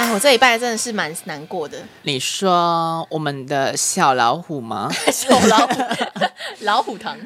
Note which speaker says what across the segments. Speaker 1: 哎，我这一拜真的是蛮难过 的，
Speaker 2: 你说我们的小老虎 吗？
Speaker 1: 小老虎，老虎堂。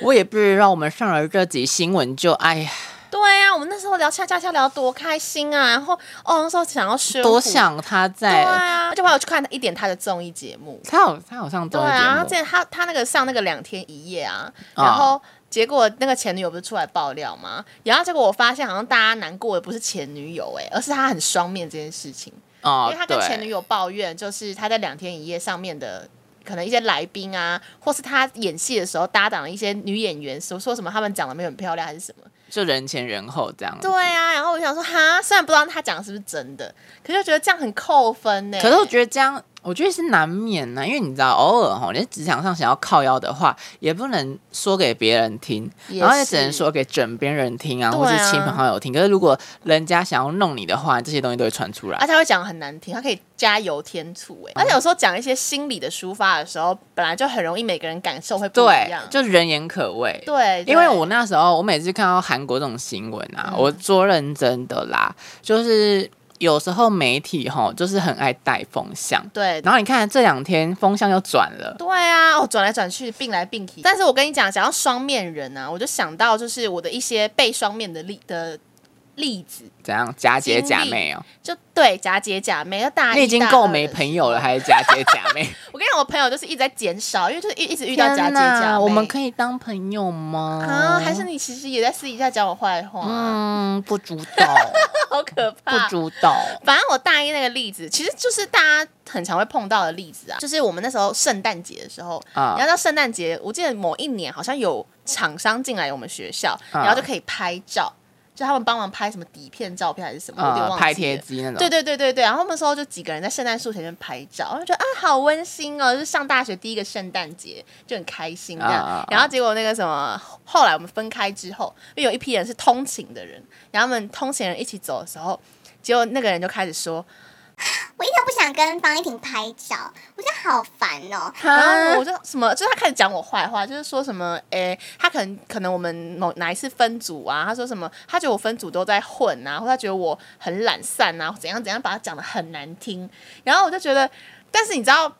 Speaker 2: 我也不知道，我们上了这集新闻就哎呀，
Speaker 1: 对啊，我们那时候聊恰恰恰聊多开心啊，然后哦那时候想要修
Speaker 2: 多想哎他
Speaker 1: 对
Speaker 2: 在，
Speaker 1: 啊，而且我还有去看一点他的综艺节目，
Speaker 2: 他好他好像都
Speaker 1: 对
Speaker 2: 有
Speaker 1: 啊，他之
Speaker 2: 节目
Speaker 1: 前他他那个上那个两天一夜啊，
Speaker 2: 啊
Speaker 1: 然后结果那个前女友不是出来爆料吗？然后结果我发现好像大家难过的不是前女友哎、而是他很双面这件事情，因
Speaker 2: 哦
Speaker 1: 为他，跟前女
Speaker 2: 对，
Speaker 1: 友抱怨，就是他在两天一夜上面的。可能一些来宾啊，或是他演戏的时候搭档了一些女演员，说说什么他们长得没有很漂亮还是什么，
Speaker 2: 就人前人后这样。
Speaker 1: 对啊，然后我想说，哈，虽然不知道他讲的是不是真的，可是就觉得这样很扣分呢。
Speaker 2: 可是我觉得这样，我觉得是难免啊呢、因为你知道，偶尔哈，你在职场上想要靠腰的话，也不能说给别人听，
Speaker 1: 也
Speaker 2: 然后也只
Speaker 1: 是
Speaker 2: 能说给枕边人听啊，
Speaker 1: 对
Speaker 2: 或是
Speaker 1: 啊
Speaker 2: 亲朋好友听。可是如果人家想要弄你的话，这些东西都会传出来。
Speaker 1: 而且他会讲得很难听，他可以加油添醋哎、而且有时候讲一些心理的抒发的时候，本来就很容易每个人感受会不一
Speaker 2: 对
Speaker 1: 样，。
Speaker 2: 就人言可畏。
Speaker 1: 对，
Speaker 2: 因为
Speaker 1: 对嗯
Speaker 2: 我那时候，我每次看到韩国这种新闻啊，我说认真的啦，就是有时候媒体吼，就是很爱带风向，
Speaker 1: 对
Speaker 2: 然后你看这两天风向又转了，
Speaker 1: 对啊，哦，转来转去，病来病去。但是我跟你讲，讲到双面人啊，我就想到就是我的一些被双面的例的例子，
Speaker 2: 怎样假姐
Speaker 1: 经历
Speaker 2: 假妹哦、
Speaker 1: 就对假姐假妹，就大一
Speaker 2: 你已经
Speaker 1: 大
Speaker 2: 够
Speaker 1: 二
Speaker 2: 没
Speaker 1: 的
Speaker 2: 朋
Speaker 1: 时
Speaker 2: 友了，
Speaker 1: 候。
Speaker 2: 还假姐假妹？
Speaker 1: 我跟你讲，我朋友就是一直在减少，因为就是一一直 遇到假姐
Speaker 2: 天
Speaker 1: 假妹。
Speaker 2: 哪我们可以当朋友吗？
Speaker 1: 啊，还是你其实也在私底下讲我坏话、
Speaker 2: 嗯，不主导，
Speaker 1: 好可
Speaker 2: 不
Speaker 1: 怕。
Speaker 2: 主导。
Speaker 1: 反正我大一那个例子，其实就是大家很常会碰到的例子啊，就是我们那时候圣诞节的时候，
Speaker 2: 啊
Speaker 1: 然后到圣诞节，我记得某一年好像有厂商进来我们学校，
Speaker 2: 啊
Speaker 1: 然后就可以拍照，就他们帮忙拍什么底片照片还是什么，我有点
Speaker 2: 呃，
Speaker 1: 忘记了
Speaker 2: 拍贴机那种，
Speaker 1: 对对对对对，然后那时候就几个人在圣诞树前面拍照，然后觉得啊好温馨哦，就是上大学第一个圣诞节就很开心这样。
Speaker 2: 啊啊啊
Speaker 1: 然后结果那个什么，后来我们分开之后，因为有一批人是通勤的人，然后他们通勤人一起走的时候，结果那个人就开始说，
Speaker 3: 我一直都不想跟方一婷拍照，我觉得好烦哦。
Speaker 1: 然后
Speaker 2: 哈
Speaker 1: 我就什么，就是他开始讲我坏话，就是说什么，诶，他可能可能我们某哪一次分组啊，他说什么，他觉得我分组都在混啊，或他觉得我很懒散啊，怎样怎样，把他讲的很难听。然后我就觉得，但是你知道。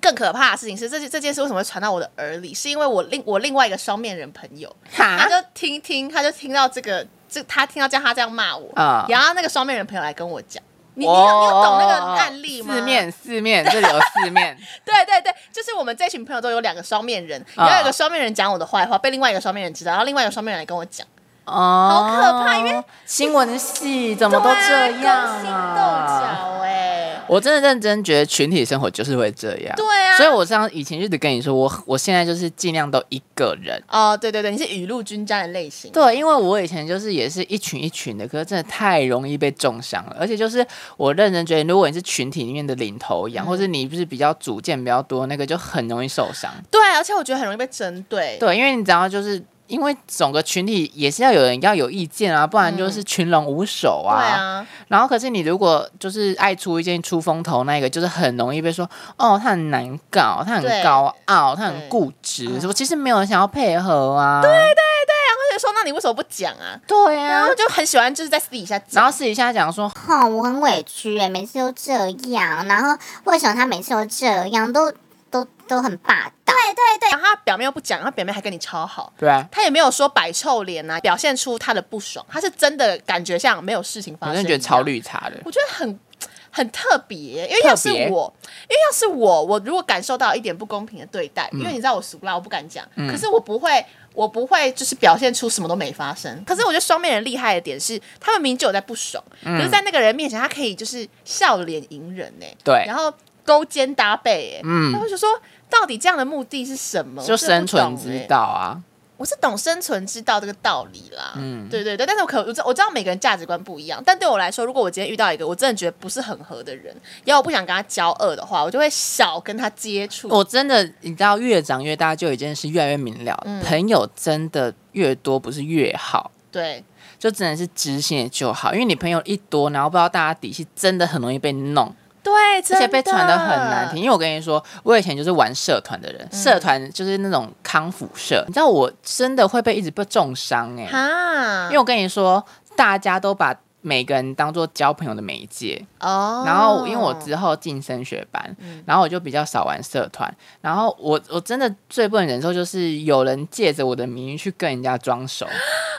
Speaker 1: 更可怕的事情是，这件这件事为什么会传到我的耳里？是因为我另我另外一个双面人朋友，他
Speaker 2: 哈，
Speaker 1: 就听听，他就听到这个，这他听到这样他这样骂我，
Speaker 2: 啊
Speaker 1: 然后那个双面人朋友来跟我讲，你你有你有
Speaker 2: 哦
Speaker 1: 懂那个案例吗？
Speaker 2: 四面四面，这里有四面，
Speaker 1: 对对对，就是我们这群朋友都有两个双面人，
Speaker 2: 啊
Speaker 1: 然后有个双面人讲我的坏话，被另外一个双面人知道，然后另外一个双面人来跟我讲，
Speaker 2: 哦，
Speaker 1: 好可怕因为
Speaker 2: 新闻系怎么都这
Speaker 1: 对
Speaker 2: 样
Speaker 1: 啊勾心
Speaker 2: 啊！
Speaker 1: 斗角哎、
Speaker 2: 我真的认真觉得群体生活就是会这样，
Speaker 1: 对啊
Speaker 2: 所以我上以前一直跟你说，我我现在就是尽量都一个人。
Speaker 1: 哦，对对对，你是雨露均沾的类型，
Speaker 2: 对，因为我以前就是也是一群一群的，可是真的太容易被重伤了。而且就是我认真觉得，如果你是群体里面的领头羊，或是你不是比较主见比较多，那个就很容易受伤。
Speaker 1: 对，而且我觉得很容易被针对，
Speaker 2: 对，因为你只要就是因为整个群体也是要有人要有意见啊，不然就是群龙无首
Speaker 1: 对啊，
Speaker 2: 然后可是你如果就是爱出一件出风头那一个，就是很容易被说哦，他很难搞，他
Speaker 1: 对
Speaker 2: 很高傲，他
Speaker 1: 对
Speaker 2: 很固执，我其实没有人想要配合啊。对
Speaker 1: 或者说那你为什么不讲啊？
Speaker 2: 对
Speaker 1: 然
Speaker 2: 啊
Speaker 1: 后。就很喜欢就是在私底下
Speaker 2: 然
Speaker 1: 讲，
Speaker 2: 后私底下讲说，
Speaker 3: 哦，我很委屈哎，每次都这样。然后为什么他每次都这样，都都都很霸道？对对对，
Speaker 1: 然后他表妹又不讲，他表妹还跟你超好。
Speaker 2: 对啊，
Speaker 1: 他也没有说摆臭脸啊，表现出他的不爽，他是真的感觉像没有事情发
Speaker 2: 我
Speaker 1: 生一样。
Speaker 2: 真的觉得超绿茶的。
Speaker 1: 我觉得很很特别，因为要是我，
Speaker 2: 特
Speaker 1: 因
Speaker 2: 别
Speaker 1: 为要是我，我如果感受到一点不公平的对待，
Speaker 2: 嗯
Speaker 1: 因为你知道我俗辣，我不敢讲，可是我不会，我不会就是表现出什么都没发生。可是我觉得双面人厉害的点是，他们明明就有在不爽，
Speaker 2: 嗯
Speaker 1: 可是在那个人面前，他可以就是笑脸迎人呢、
Speaker 2: 对
Speaker 1: 然后勾肩搭背、欸，
Speaker 2: 嗯
Speaker 1: 嗯，我就说。到底这样的目的是什么？
Speaker 2: 就
Speaker 1: 我真的
Speaker 2: 生
Speaker 1: 不
Speaker 2: 存
Speaker 1: 懂
Speaker 2: 之
Speaker 1: 欸
Speaker 2: 道啊，
Speaker 1: 我是懂生存之道这个道理啦，
Speaker 2: 嗯
Speaker 1: 对对对，但是我可我知我知道每个人价值观不一样，但对我来说，如果我今天遇到一个我真的觉得不是很合的人，要我不想跟他交恶的话，我就会少跟他接触。
Speaker 2: 我真的你知道，越长越大，就有一件事越来越明了，朋友真的越多不是越好，
Speaker 1: 对
Speaker 2: 就真的是知心的就好，因为你朋友一多，然后不知道大家底细，真的很容易被弄。
Speaker 1: 对对，
Speaker 2: 而
Speaker 1: 真
Speaker 2: 且
Speaker 1: 的
Speaker 2: 被传的很难听，。因为我跟你说，我以前就是玩社团的人，
Speaker 1: 嗯
Speaker 2: 社团就是那种康复社，你知道我真的会被一直被重伤哎、
Speaker 1: 哈，
Speaker 2: 因为我跟你说，大家都把每个人当做交朋友的媒介，
Speaker 1: 哦，嗯
Speaker 2: 然后因为我之后进升学班，然后我就比较少玩社团，然后我我真的最不能忍受就是有人借着我的名义去跟人家装熟，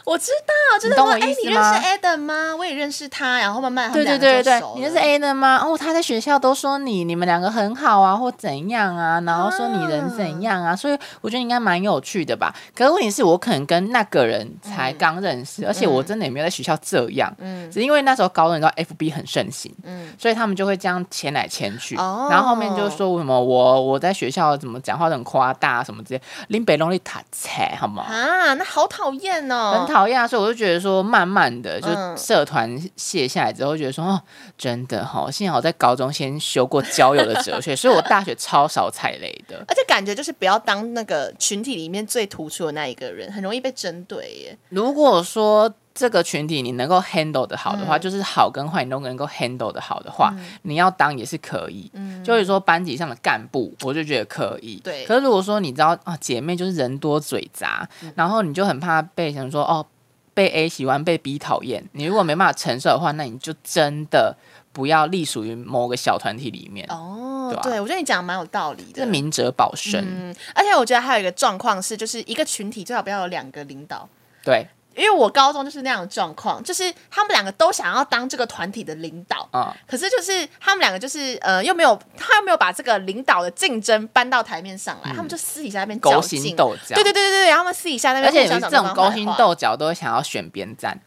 Speaker 1: 我知道，就是
Speaker 2: 你懂
Speaker 1: 说，
Speaker 2: 我
Speaker 1: 哎、
Speaker 2: 意
Speaker 1: 你
Speaker 2: 思
Speaker 1: 认
Speaker 2: 吗
Speaker 1: 识 Adam 吗？我也认识他，然后慢慢他们
Speaker 2: 对对
Speaker 1: 两
Speaker 2: 对
Speaker 1: 个
Speaker 2: 对
Speaker 1: 就
Speaker 2: 对
Speaker 1: 熟，了
Speaker 2: 你认识 A 的吗？哦，他在学校都说你你们两个很好啊，或怎样啊，然后说你人怎样啊，所以我觉得应该蛮有趣的吧。可是问题是我可能跟那个人才刚认识，而且我真的也没有在学校这样，
Speaker 1: 嗯
Speaker 2: 只因为那时候高中你知道 FB 很盛行，
Speaker 1: 嗯，
Speaker 2: 所以他们就会这样牵来牵去，
Speaker 1: 哦
Speaker 2: 然后后面就说什么我我在学校怎么讲话都很夸大啊什么之类，林北龙你塔菜好吗？
Speaker 1: 啊，那好讨厌哦，
Speaker 2: 很讨厌啊，所以我就觉得说，慢慢的就
Speaker 1: 嗯
Speaker 2: 社团卸下来之后，觉得说，哦，真的哈、幸好我在高中先修过交友的哲学，所以我大学超少踩雷的。
Speaker 1: 而且感觉就是不要当那个群体里面最突出的那一个人，很容易被针对耶。
Speaker 2: 如果说这个群体你能够 handle 的好的
Speaker 1: 嗯
Speaker 2: 话，就是好跟坏你都能够 handle 的好的话，你要当也是可以。就是说班级上的干部，我就觉得可以。
Speaker 1: 嗯对
Speaker 2: 可是如果说你知道啊，姐妹就是人多嘴杂，
Speaker 1: 嗯
Speaker 2: 然后你就很怕被想说哦，被 A 喜欢，被 B 讨厌。你如果没办法承受的话，那你就真的不要隶属于某个小团体里面。
Speaker 1: 哦
Speaker 2: 对啊
Speaker 1: 对，我觉得你讲的蛮有道理
Speaker 2: 这
Speaker 1: 的。
Speaker 2: 明哲保身，
Speaker 1: 嗯，而且我觉得还有一个状况是，就是一个群体最好不要有两个领导，
Speaker 2: 对
Speaker 1: 因为我高中就是那样的状况，就是他们两个都想要当这个团体的领导，
Speaker 2: 啊、
Speaker 1: 可是就是他们两个就是呃又没有他又没有把这个领导的竞争搬到台面上来，他们就私底下那边较
Speaker 2: 嗯勾
Speaker 1: 劲
Speaker 2: 心斗角。
Speaker 1: 对对对对对，然后他们私底下那边
Speaker 2: 而且
Speaker 1: 互相
Speaker 2: 有
Speaker 1: 讲
Speaker 2: 这
Speaker 1: 对
Speaker 2: 种
Speaker 1: 方
Speaker 2: 勾
Speaker 1: 坏
Speaker 2: 心
Speaker 1: 话，
Speaker 2: 斗角都会想要选边站。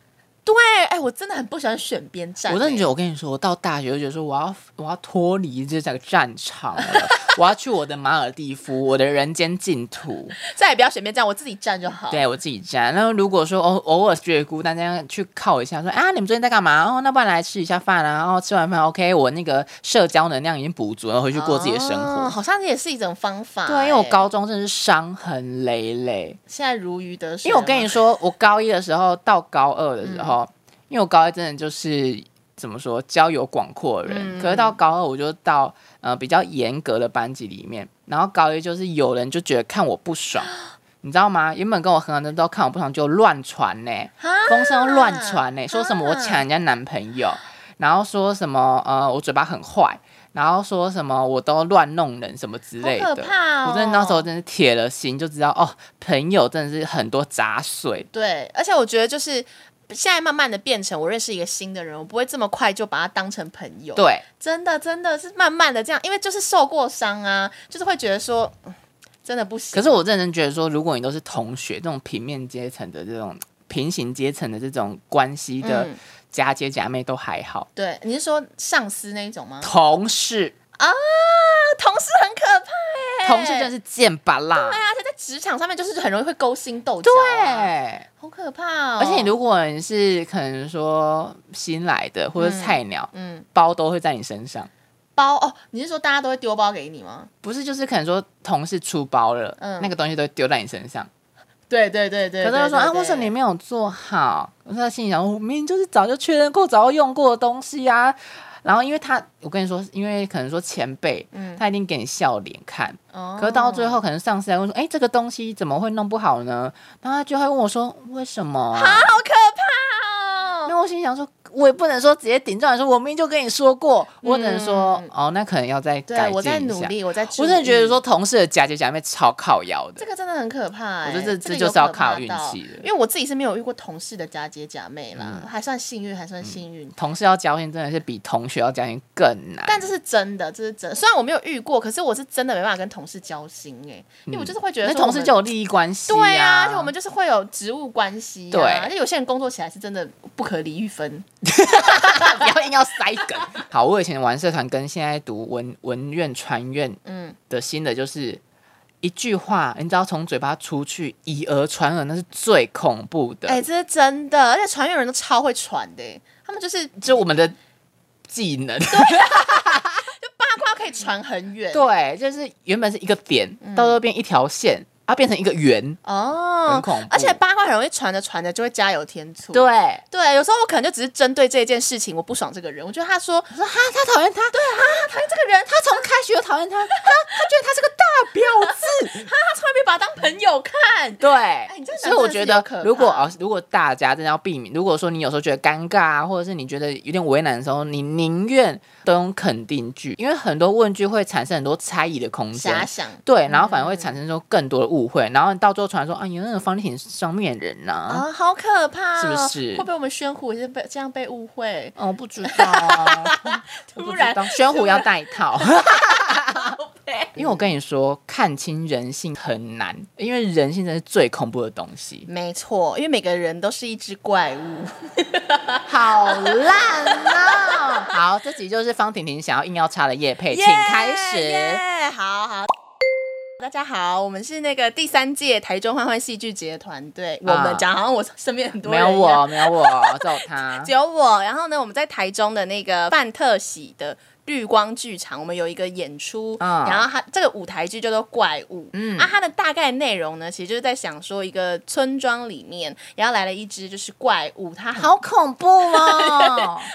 Speaker 1: 对，哎，我真的很不喜欢选边站，
Speaker 2: 我真的
Speaker 1: 哎
Speaker 2: 觉得，我跟你说，我到大学就觉得说，我要我要脱离这个战场了， 我要去我的马尔蒂夫，我的人间净土，
Speaker 1: 再也不要选边站，我自己站就好。
Speaker 2: 对我自己站。然后如果说偶偶尔觉得孤单，这样去靠一下，说啊，你们最近在干嘛？哦，那不然来吃一下饭啊。然后吃完饭，OK，我那个社交能量已经补足，然后回去过自己的生活。
Speaker 1: 哦好像也是一种方法。
Speaker 2: 啊对，因为我
Speaker 1: 哎
Speaker 2: 高中真的是伤痕累累。
Speaker 1: 现在如鱼得水了嗯
Speaker 2: 因为
Speaker 1: 吗。
Speaker 2: 我跟你说，我高一的时候到高二的时候，因为我高一真的就是怎么说交友广阔的人，
Speaker 1: 嗯
Speaker 2: 可是到高二我就到呃比较严格的班级里面，然后高一就是有人就觉得看我不爽。你知道吗？原本跟我很好的都看我不爽，就乱传呢、
Speaker 1: 啊
Speaker 2: 风声乱传呢、说什么我
Speaker 1: 啊
Speaker 2: 抢人家男朋友，然后说什么呃我嘴巴很坏，然后说什么我都乱弄人什么之类
Speaker 1: 好
Speaker 2: 的。
Speaker 1: 可怕哦
Speaker 2: 我真的那时候真的是铁了心，就知道哦，朋友真的是很多杂碎。
Speaker 1: 对，而且我觉得就是现在慢慢的变成我认识一个新的人，我不会这么快就把他当成朋友。，
Speaker 2: 对，
Speaker 1: 真的真的是慢慢的这样，因为就是受过伤啊，就是会觉得说、嗯真的不行。
Speaker 2: 可是我认真觉得说，如果你都是同学这种平面阶层的这种平行阶层的这种关系的
Speaker 1: 嗯
Speaker 2: 夹姐夹妹都还好，
Speaker 1: 对，你是说上司那一种吗？
Speaker 2: 同事
Speaker 1: 那同事很可怕哎、
Speaker 2: 同事真的是剑拔辣
Speaker 1: 对，啊，而且在职场上面就是很容易会勾心斗角、啊，对，
Speaker 2: 对。
Speaker 1: 好可怕哦。
Speaker 2: 而且你如果你是可能说新来的或者菜鸟，
Speaker 1: 嗯
Speaker 2: 包都会在你身上，
Speaker 1: 包哦，你是说大家都会丢包给你吗？
Speaker 2: 不是就是可能说同事出包了，
Speaker 1: 嗯
Speaker 2: 那个东西都会丢在你身上。
Speaker 1: 对对对对
Speaker 2: 可是他说啊，为什么你没有做好？我在心里想，我明明就是早就确认过、早就用过的东西啊。然后因为他，我跟你说，因为可能说前辈，
Speaker 1: 嗯
Speaker 2: 他一定给你笑脸看。
Speaker 1: 哦
Speaker 2: 可是到最后，可能上司来问说，哎、这个东西怎么会弄不好呢？然后他就会问我说，为什么啊、
Speaker 1: 啊，好可怕哦！
Speaker 2: 那我心想说，我也不能说直接顶撞来说，我明明就跟你说过，我只能说、
Speaker 1: 嗯
Speaker 2: 哦，那可能要再改
Speaker 1: 对，
Speaker 2: 进
Speaker 1: 我在
Speaker 2: 一
Speaker 1: 努
Speaker 2: 下。
Speaker 1: 力，我在注意，
Speaker 2: 我真的觉得说，同事的假姐假妹超靠腰
Speaker 1: 这
Speaker 2: 的，
Speaker 1: 个真的很可怕、欸。
Speaker 2: 我觉得这
Speaker 1: 个
Speaker 2: 这就是
Speaker 1: 有
Speaker 2: 要
Speaker 1: 可怕
Speaker 2: 靠运
Speaker 1: 到
Speaker 2: 气嗯的
Speaker 1: 因为我自己是没有遇过同事的假姐假妹啦，还算幸运，还算幸运。
Speaker 2: 同事要交心真的是比同学要交心更难。
Speaker 1: 但这是真的，这是真的。虽然我没有遇过，可是我是真的没办法跟同事交心哎、因为我就是会觉得
Speaker 2: 嗯那
Speaker 1: 说我
Speaker 2: 同
Speaker 1: 们
Speaker 2: 事就有利益关系、
Speaker 1: 对
Speaker 2: 啊，
Speaker 1: 而且我们就是会有职务关系、啊，
Speaker 2: 对
Speaker 1: 而且有些人工作起来是真的不可理喻分。
Speaker 2: 不 要硬要塞梗。 好，我以前玩社团跟现在读文文院传院
Speaker 1: 嗯，
Speaker 2: 的新的就是一句话，你知道从嘴巴出去以讹传讹，那是最恐怖的。
Speaker 1: 哎、这是真的，而且传阅人都超会传的、欸，他们就是
Speaker 2: 就我们的技能，
Speaker 1: 八卦可以传很远。 嗯
Speaker 2: 对，就是原本是一个点，到时候变一条线，啊，变成一个圆，很
Speaker 1: 哦，
Speaker 2: 恐怖。
Speaker 1: 而且八卦很容易传着传着就会加油添醋。
Speaker 2: 对，
Speaker 1: 对，有时候我可能就只是针对这一件事情，我不爽这个人，我觉得他说
Speaker 2: 我说哈，他讨厌他，对啊，
Speaker 1: 讨厌这个人，他
Speaker 2: 他从开学就讨厌他，他他觉得他是个大婊子，
Speaker 1: 他从来没把他当朋友看。哎你这
Speaker 2: 对，
Speaker 1: 男
Speaker 2: 所以我觉
Speaker 1: 真的
Speaker 2: 得
Speaker 1: 是有可，怕
Speaker 2: 如果啊，如果大家真的要避免，如果说你有时候觉得尴尬啊，或者是你觉得有点为难的时候，你宁愿都用肯定句，因为很多问句会产生很多猜疑的空
Speaker 1: 遐
Speaker 2: 间。
Speaker 1: 想，嗯
Speaker 2: 对，然后反而会产生出更多的误会，然后你到最后传说啊，你那个方婷是双面人呐、
Speaker 1: 啊，好可怕、哦，
Speaker 2: 是不是
Speaker 1: 会不会我们宣虎也是被这样被误 会？
Speaker 2: 哦，不知 道啊，我不
Speaker 1: 突
Speaker 2: 知
Speaker 1: 然
Speaker 2: 道宣虎要带 套。因为我跟你说，看清人性很难，因为人性真是最恐怖的东西。
Speaker 1: 没错，因为每个人都是一只怪物。
Speaker 2: 好烂
Speaker 1: 哦
Speaker 2: 啊！ 好，这集就是方婷婷想要硬要插的叶配，请开始。
Speaker 1: 耶好好。大家好，我们是那个第三届台中幻幻戏剧节团队。我们讲好像我身边很多
Speaker 2: 啊没
Speaker 1: 人
Speaker 2: 有
Speaker 1: 一样
Speaker 2: 我，没有我，只有他
Speaker 1: 只。有我。然后呢，我们在台中的那个范特喜的绿光剧场，我们有一个演出，
Speaker 2: 啊
Speaker 1: 然后它这个舞台剧叫做《怪物》。
Speaker 2: 嗯
Speaker 1: 啊，它的大概内容呢，其实就是在想说，一个村庄里面，然后来了一只就是怪物，它很
Speaker 2: 好恐怖 哦！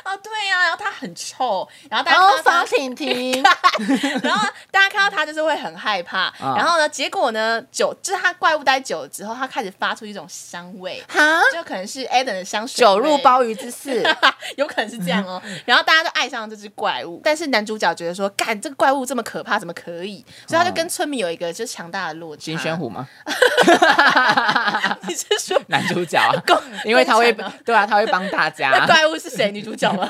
Speaker 1: 哦，对呀、然后它很臭，然后大家
Speaker 2: 然后
Speaker 1: 看到它
Speaker 2: 方婷婷，
Speaker 1: 然后大家看到它就是会很害怕。
Speaker 2: 啊
Speaker 1: 然后呢，结果呢，久就是它怪物待久了之后，它开始发出一种香味。
Speaker 2: 哈，
Speaker 1: 就可能是 Eden 的香水
Speaker 2: 酒入
Speaker 1: 味
Speaker 2: 鲍鱼之肆。
Speaker 1: 有可能是这样哦。然后大家就爱上了这只怪物，但是男主角觉得说，干这个怪物这么可怕，怎么可以？所以他就
Speaker 2: 嗯
Speaker 1: 跟村民有一个就是强大的落差。
Speaker 2: 金宣，虎吗？
Speaker 1: 你是说
Speaker 2: 男主角啊，
Speaker 1: 够？
Speaker 2: 因为他会
Speaker 1: 够惨吗
Speaker 2: 对 啊，他会帮大 家。
Speaker 1: 怪物是谁？女主角 吗？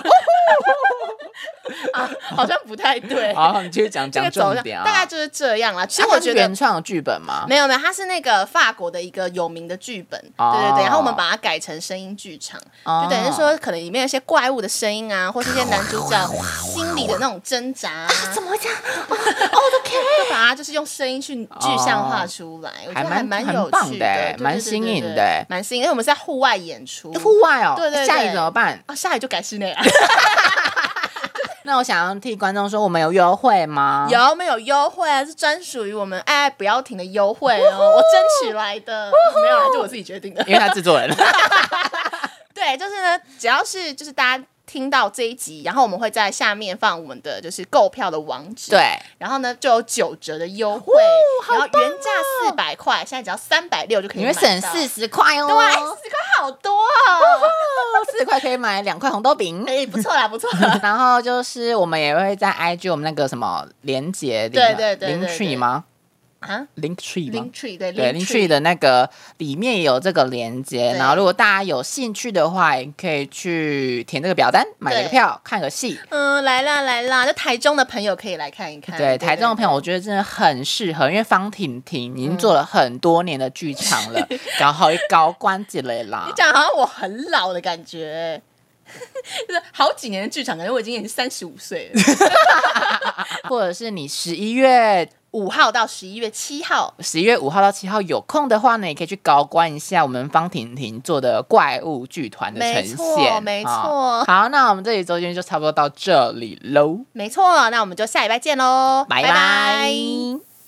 Speaker 1: 啊，好像不太对。
Speaker 2: 好，你继续讲
Speaker 1: 这
Speaker 2: 哦讲
Speaker 1: 个走
Speaker 2: 重
Speaker 1: 向
Speaker 2: 点啊。
Speaker 1: 大概就是这样啦。其
Speaker 2: 啊
Speaker 1: 实
Speaker 2: 它
Speaker 1: 我
Speaker 2: 是
Speaker 1: 觉得
Speaker 2: 原创的剧本吗？
Speaker 1: 没有呢，它是那个法国的一个有名的剧本，
Speaker 2: 哦
Speaker 1: 对对对，然后我们把它改成声音剧场，
Speaker 2: 哦
Speaker 1: 就等于说可能里面有一些怪物的声音啊，或是一些男主角心里的那种挣扎、啊，怎么 哦这样？OK，就把它就是用声音去具象化出 来，我觉
Speaker 2: 还
Speaker 1: 得
Speaker 2: 蛮
Speaker 1: 还蛮
Speaker 2: 很
Speaker 1: 有
Speaker 2: 棒
Speaker 1: 趣
Speaker 2: 的欸
Speaker 1: 对对
Speaker 2: 蛮
Speaker 1: 对对
Speaker 2: 新
Speaker 1: 对
Speaker 2: 颖
Speaker 1: 对
Speaker 2: 的欸
Speaker 1: 蛮新颖，因为我们是在户外演 出，
Speaker 2: 户外哦，
Speaker 1: 对对对
Speaker 2: 下雨怎么办？
Speaker 1: 啊，下雨就改室 内啊。
Speaker 2: 那我想要替观众说，我们有优惠吗？，
Speaker 1: 有没有优惠啊？是专属于我们爱爱不要停的优惠哦，我争取来的，没有啦，就我自己决定的。
Speaker 2: 因为他制作人。
Speaker 1: 对，就是呢，只要是就是大家听到这一集，然后我们会在下面放我们的就是购票的网址，，
Speaker 2: 对，哦
Speaker 1: 然后呢就有九折的优惠，然后原价四百块，现在只要三百六就可以
Speaker 2: 你
Speaker 1: 买到，
Speaker 2: 会省四十块哦。
Speaker 1: 对，四十块好多哦，
Speaker 2: 四十块可以买两块红豆饼。
Speaker 1: 哎，不错啦，不错啦。
Speaker 2: 然后就是我们也会在 IG 我们那个什么连接，
Speaker 1: 对对对
Speaker 2: 零
Speaker 1: 对
Speaker 2: tree
Speaker 1: 对
Speaker 2: 吗
Speaker 1: 啊
Speaker 2: ？link tree 吗
Speaker 1: 零？tree 对
Speaker 2: 对
Speaker 1: Link
Speaker 2: link
Speaker 1: Tree
Speaker 2: tree 的那个里面也有这个连接，
Speaker 1: 对
Speaker 2: 然后如果大家有兴趣的话，也可以去填这个表单，买这个
Speaker 1: 对
Speaker 2: 票，看个戏。
Speaker 1: 嗯，来啦来啦，就台中的朋友可以来看一看。
Speaker 2: 对，台中的朋友，
Speaker 1: 对
Speaker 2: 我觉得真的很适合，因为方婷婷已经做了很多年的剧场了，搞好一搞关节了啦
Speaker 1: 你。讲好像我很老的感觉， 就是好几年的剧场，感觉我已经也是三十五岁了。
Speaker 2: 或者是你十一月。
Speaker 1: 五号到十一月七号，
Speaker 2: 十一月五号到七号有空的话呢，也可以去高观一下我们方婷婷做的怪物剧团的呈
Speaker 1: 没
Speaker 2: 现。
Speaker 1: 错没
Speaker 2: 啊
Speaker 1: 错
Speaker 2: 好，那我们这里周间就差不多到这里喽，
Speaker 1: 没错，那我们就下礼拜见喽，
Speaker 2: 拜拜。
Speaker 1: 拜